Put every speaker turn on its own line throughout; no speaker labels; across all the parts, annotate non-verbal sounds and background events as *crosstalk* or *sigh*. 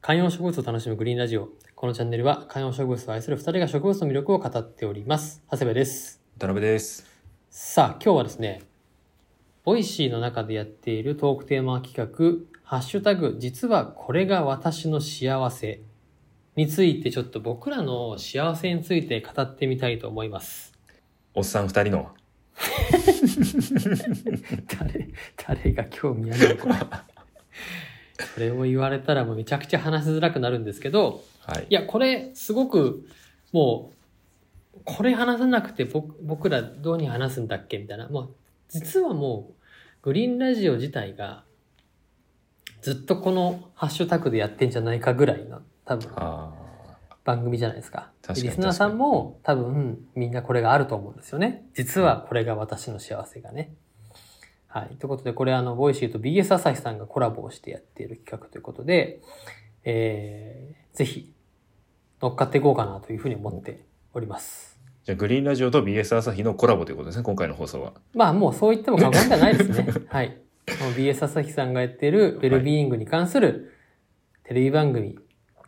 観葉植物を楽しむグリーンラジオ。このチャンネルは観葉植物を愛する2人が植物の魅力を語っております。長谷部です。
田辺です。
さあ、今日はですね、ボイシーの中でやっているトークテーマ企画、ハッシュタグ、実はこれが私の幸せについてちょっと僕らの幸せについて語ってみたいと思います。
おっさん二人の。
誰、誰が興味あるのこれ。 *laughs* それを言われたらもうめちゃくちゃ話しづらくなるんですけど、
はい
い。や、これ、すごく、もう、これ話さなくて、僕僕らどうに話すんだっけみたいな。もう、実はもう、グリーンラジオ自体が、ずっとこのハッシュタグでやってんじゃないかぐらいの、多分、
あ
番組じゃないですか。
確か
で
に
リスナーさんも、多分、みんなこれがあると思うんですよね。実はこれが私の幸せがね。はい。ということで、これ、あの、ボイシーと BS 朝日さんがコラボをしてやっている企画ということで、えー、ぜひ、乗っかっていこうかなというふうに思っております。
ーじゃあ、グリーンラジオと BS 朝日のコラボということですね、今回の放送は。
まあ、もうそう言っても過言ではない
*laughs*
ですね。はい。この BS 朝日さんがやっている、ウェルビーイングに関するテレビ番組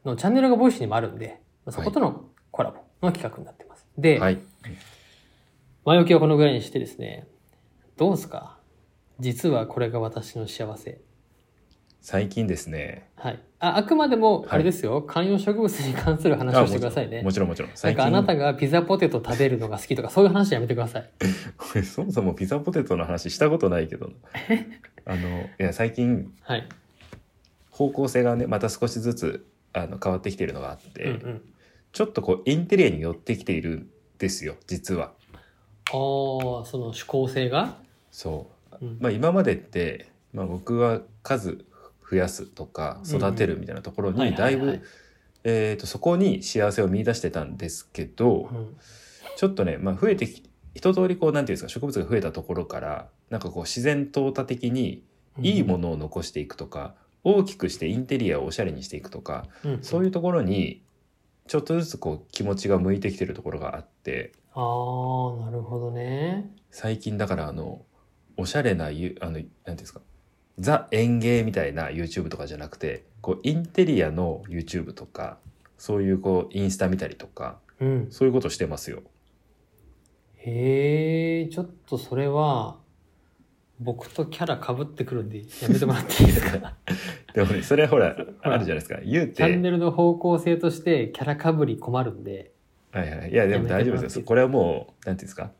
のチャンネルがボイシーにもあるんで、そことのコラボの企画になってます。で、
はい。
前置きはこのぐらいにしてですね、どうですか実はこれが私の幸せ。
最近ですね。
はい。あ、あくまでも、
い
あれですよ、観葉植物に関する話をしてくださいね
も。ちろんもちろん。もち
な
ろ
ん
ん
かあなた
最
がピザポテト食べるのが好きとか、そういう話やめてください。
近、 *laughs* そもそもピザポテトの話したことな
*laughs*
いけど。あの、いや、最近、
はい。
方向性がね、また少しずつあの変わってきているのがあって、
うんうん。
ちょっとこう、インテリアに寄ってきているんですよ、実は。
ああ、その趣向性が、
そう。
うん
まあ、今までって、まあ、僕は数増やすとか育てるみたいなところ
うんうん
にだい
はいはい
ぶ
は
えーとそこに幸せを見出してたんですけど
うん
ちょっとね、まあ、増えてき一通りこうなんていうんですか植物が増えたところからなんかこう自然淘汰的にいいものを残していくとか、大きくしてインテリアをおしゃれにしていくとか
うんうん
そういうところにちょっとずつこう気持ちが向いてきてるところがあって。
ああなるほどね
最近だからあのおしゃれなゆあのなんていうんですかザ園芸みたいな YouTube とかじゃなくてこうインテリアの YouTube とかそういうこうインスタ見たりとか
うん
そういうことしてますよ
へえちょっとそれは僕とキャラかぶってくるんでやめてもらっていいですか
でもねそれは
*laughs*
ほら
ほら
あるじゃないですか言う
チ
て
ャンネルの方向性としてキャラかぶり困るんで
はいはい、いやでも
やめて
大丈
もらっていい
夫で
です
す
か
よこれはもうなんていうんですか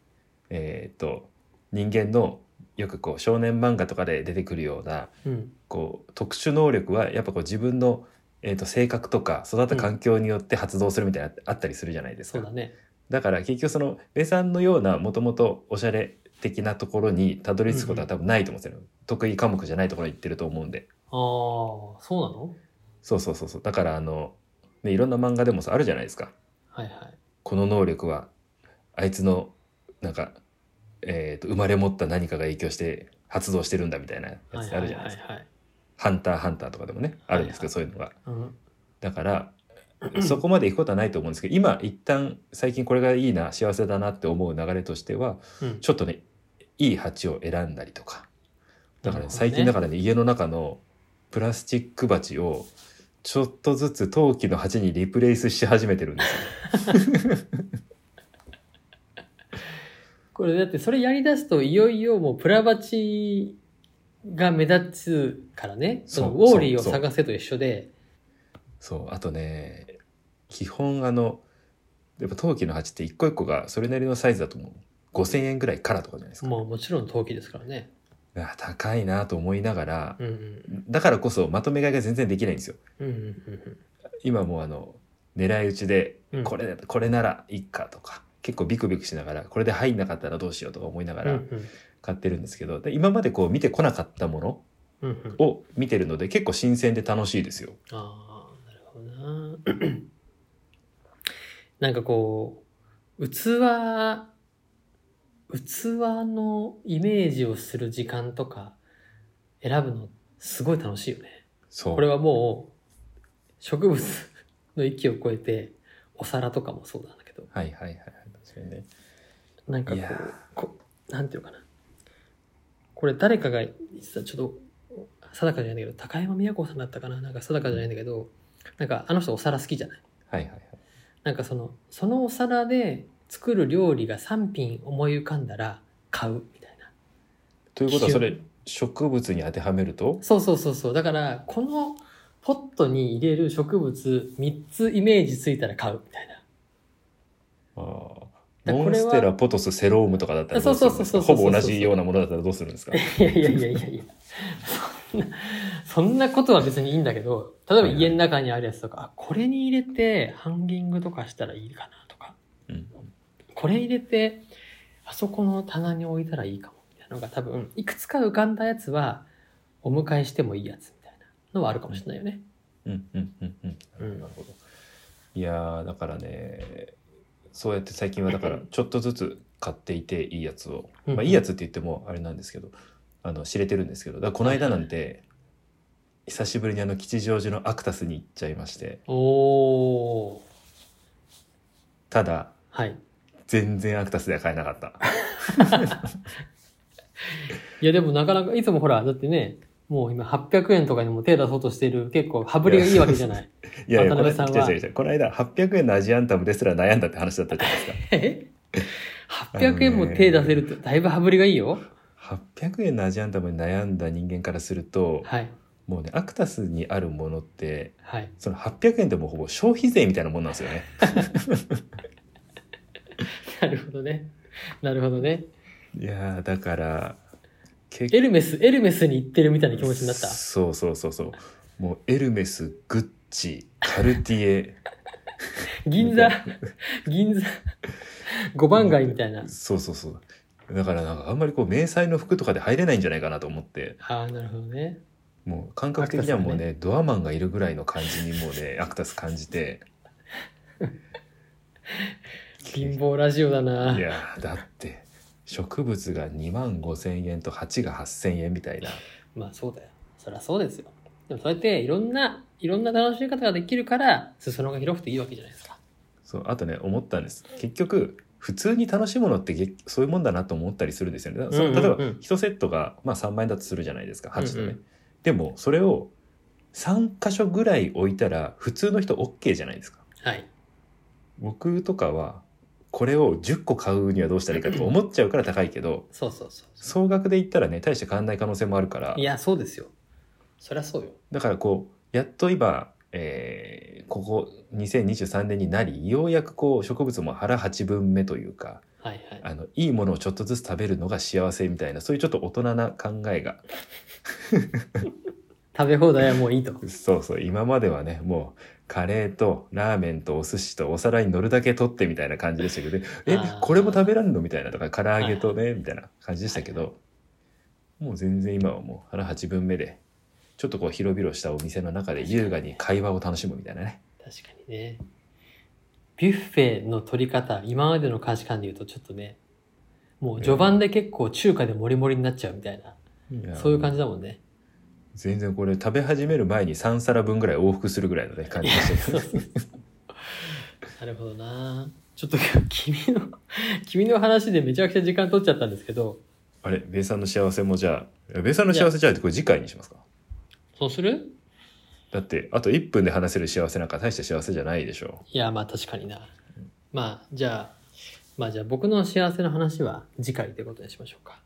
えーっと人間のよくこう少年漫画とかで出てくるような
うん
こう特殊能力はやっぱこう自分の、えーっと性格とか育った環境によって発動するみたいなのあったりするじゃないです
そ
か
う。だね
だから結局そのベさんのようなもともとおしゃれ的なところにたどり着くことは多分ないと思うんですよ、ね得意科目じゃないところに行ってると思うんで
ああそうなの
そうそうそうそうだからあの、ね、いろんな漫画でもさあるじゃないですか
はいはい
この能力はあいつのなんか、えー、と生まれ持った何かが影響して発動してるんだみたいなや
はい
つ
はい
あ
は
る
い
じゃないですか「
はい
ハンターハンター」とかでもねあるんですけど、そういうのが。
うん
だからそこまで行くことはないと思うんですけど今一旦最近これがいいな幸せだなって思う流れとしては
うん
ちょっとねいい鉢を選んだりとか
なる
だから、ね
ほどね
最近だからね家の中のプラスチック鉢をちょっとずつ陶器の鉢にリプレイスし始めてるんですよ。
これだってそれやりだすといよいよもうプラバチが目立つからねそのウ
そ
ォ
う
ーリーを
そうそう
探せと一緒で
そうあとね基本あのやっぱ陶器の鉢って一個一個がそれなりのサイズだと思う5,000円ぐらいからとかじゃないですか。
もうもちろん陶器ですからね
あ高いなと思いながら
うんうん
だからこそまとめ買いが全然できないんですよ。
うんうんうん
今もうあの狙い撃ちで
うん
これ,、これならいいかとか結構ビクビクしながらこれで入んなかったらどうしようとか思いなが
うんう
ら
ん
買ってるんですけど、で今までこう見てこなかったもの
うんうん
を見てるので結構新鮮で楽しいですよ。
ああ、なるほどな。 *clears throat* なんかこう、器、器のイメージをする時間とか選ぶのすごい楽しいよね。
そう
これはもう植物の域を超えてお皿とかもそうなんだけど、
はいはいはい確かにね。
なんか
い
こ
や
う、こなんていうのかな。これ誰かが、実はちょっと、定かじゃないんだけど、高山宮子さんだったかななんか定かじゃないんだけど、なんかあの人お皿好きじゃない
はいはいはい。
なんかそのそのお皿で作る料理が3品思い浮かんだら買うみたいな
ということは
基
そ
準
れ植物に当てはめると
そうそうそうそうだからこのポットに入れる植物3つイメージついたら買うみたいな
あー
だから
モ
こ
ン
れは
ステラポトスセロームとかだったらどうするんです
そうそうそうそう
か
そう
ほぼ同じようなものだったらどうするんですか
いやいやいやいやいやそんなそんなことは別にいいんだけど例えば家の中にあるやつとかあこれに入れてハンギングとかしたらいいかなとか
うん
これ入れてあそこの棚に置いたらいいかもみたいなのが多分いくつか浮かんだやつはお迎えしてもいいやつみたいなのはあるかもしれないよね。
うんうんうんうん
うん
なるほど。いやーだからねそうやって最近はだからちょっとずつ買っていていいやつを、
うんうん
まあ、いいやつって言ってもあれなんですけどあの知れてるんですけどだからこの間なんて久しぶりにあの吉祥寺のアクタスに行っちゃいまして
おー
ただ
はい。
全然アクタスでは買えな
*laughs*
かった
いやでもなかなかいつもほらだってねもう今800円とかにも手出そうとしている結構羽振りがいいわけじゃない。
いやいや
渡
これ
辺さんは
違う違う違うこの間800円のアジアンタムですら悩んだって話だったじゃないですか
え800円も手出せるってだいぶ羽振りがいいよ。
800円のアジアンタムに悩んだ人間からすると
はい。
もうねアクタスにあるものって
はい。
その800円ってもうほぼ消費税みたいなもんなんですよね。
なるほどね。なるほどね。
いやーだから結
エルメス、エルメスに行ってるみたいな気持ちになった。
そうそうそうそうもうエルメスグッチカルティ
銀
*laughs*
座、銀座、五番街みたいな
エ。そうそうそうだからなんかあんまりこう迷彩の服とかで入れないんじゃないかなと思って
ああ、なるほどね。
もう感覚的にはもうねドアマンがいるぐらいの感じにもうねアクタス感じて。
貧乏ラジオだない
やーだって植物が2万5,000円と鉢が8,000円みたいな
まあそうだよ。そりゃそうですよ。でもそうやっていろんな、いろんな楽しみ方ができるから、裾野が広くていいわけじゃないですか。
そうあとね思ったんです結局普通に楽しむのってげそういうもんだなと思ったりするんですよねだからその
うんうんうん
例えば1セットが、まあ、3万円だとするじゃないですか8とね、
うんうん
でもそれを3箇所ぐらい置いたら普通の人 OK じゃないですか
はい。
僕とかはこれを10個買うにはどうしたらいいかとか思っちゃうから高いけど
そうそうそうそ
総額で言ったらね大して変わんない可能性もあるから
う。いや、そうですよ。そりゃそうよ。
だからこうやっと今、えーここ2023年になりようやくこう植物も腹8分目というか
はいはい。
あのいいものをちょっとずつ食べるのが幸せみたいなそういうちょっと大人な考えが
食べ放題はもういいと。
そうそう今まではねもうカレーとラーメンとお寿司とお皿に乗るだけ取ってみたいな感じでしたけどでえ
あー
これも食べられるのみたいなとか唐揚げとねみたいな感じでしたけどもう全然今はもう腹8分目でちょっとこう広々したお店の中で優雅に会話を楽しむみたいなね。
確かにねビュッフェの取り方今までの価値観で言うとちょっとねもう序盤で結構中華でモリモリになっちゃうみたいな、
や
そういう感じだもんね
全然これ食べ始める前に3皿分ぐらい往復するぐらいのね
*laughs*
感じでしたけど
なるほどなちょっと今日君の君の話でめちゃくちゃ時間取っちゃったんですけど
あれベイさんの幸せもじゃあベイさんの幸せじゃあこれ次回にしますか
そうする
だってあと1分で話せる幸せなんか大した幸せじゃないでしょ
いやまあ確かになまあじゃあまあじゃあ僕の幸せの話は次回ということにしましょうか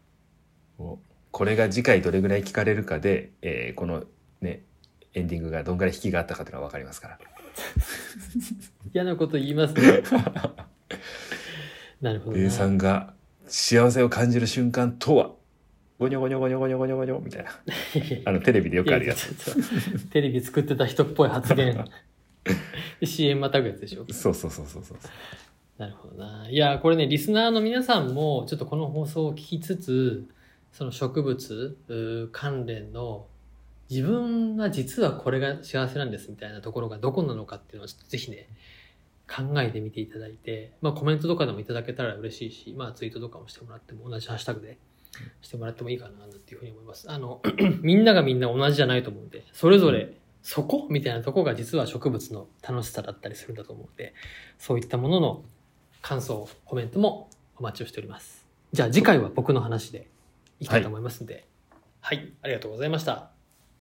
うおこれが次回どれぐらい聞かれるかで、えーこのねエンディングがどんぐらい引きがあったかというのは分かりますから
嫌なこと言います *laughs* ねなるほど
ベイさ
なん
が幸せを感じる瞬間とはゴニョゴニョゴニョゴニョゴニョゴニョみたいなあのテレビでよくあるやつ
いちょっとテレビ作ってた人っぽい発
*laughs*
言で CM またぐやつでしょ
そうそうそうそうそう
なるほどないやこれねリスナーの皆さんもちょっとこの放送を聞きつつその植物うー関連の自分が実はこれが幸せなんですみたいなところがどこなのかっていうのをちょっとぜひね考えてみていただいて、まあ、コメントとかでもいただけたら嬉しいし、まあ、ツイートとかもしてもらっても同じハッシュタグでしてもらってもいいかなっていうふうに思いますあの *clears throat* みんながみんな同じじゃないと思うんでそれぞれそこみたいなとこが実は植物の楽しさだったりするんだと思うんでそういったものの感想コメントもお待ちをしておりますじゃあ次回は僕の話でいきたいと思いますんではい、ありがとうございました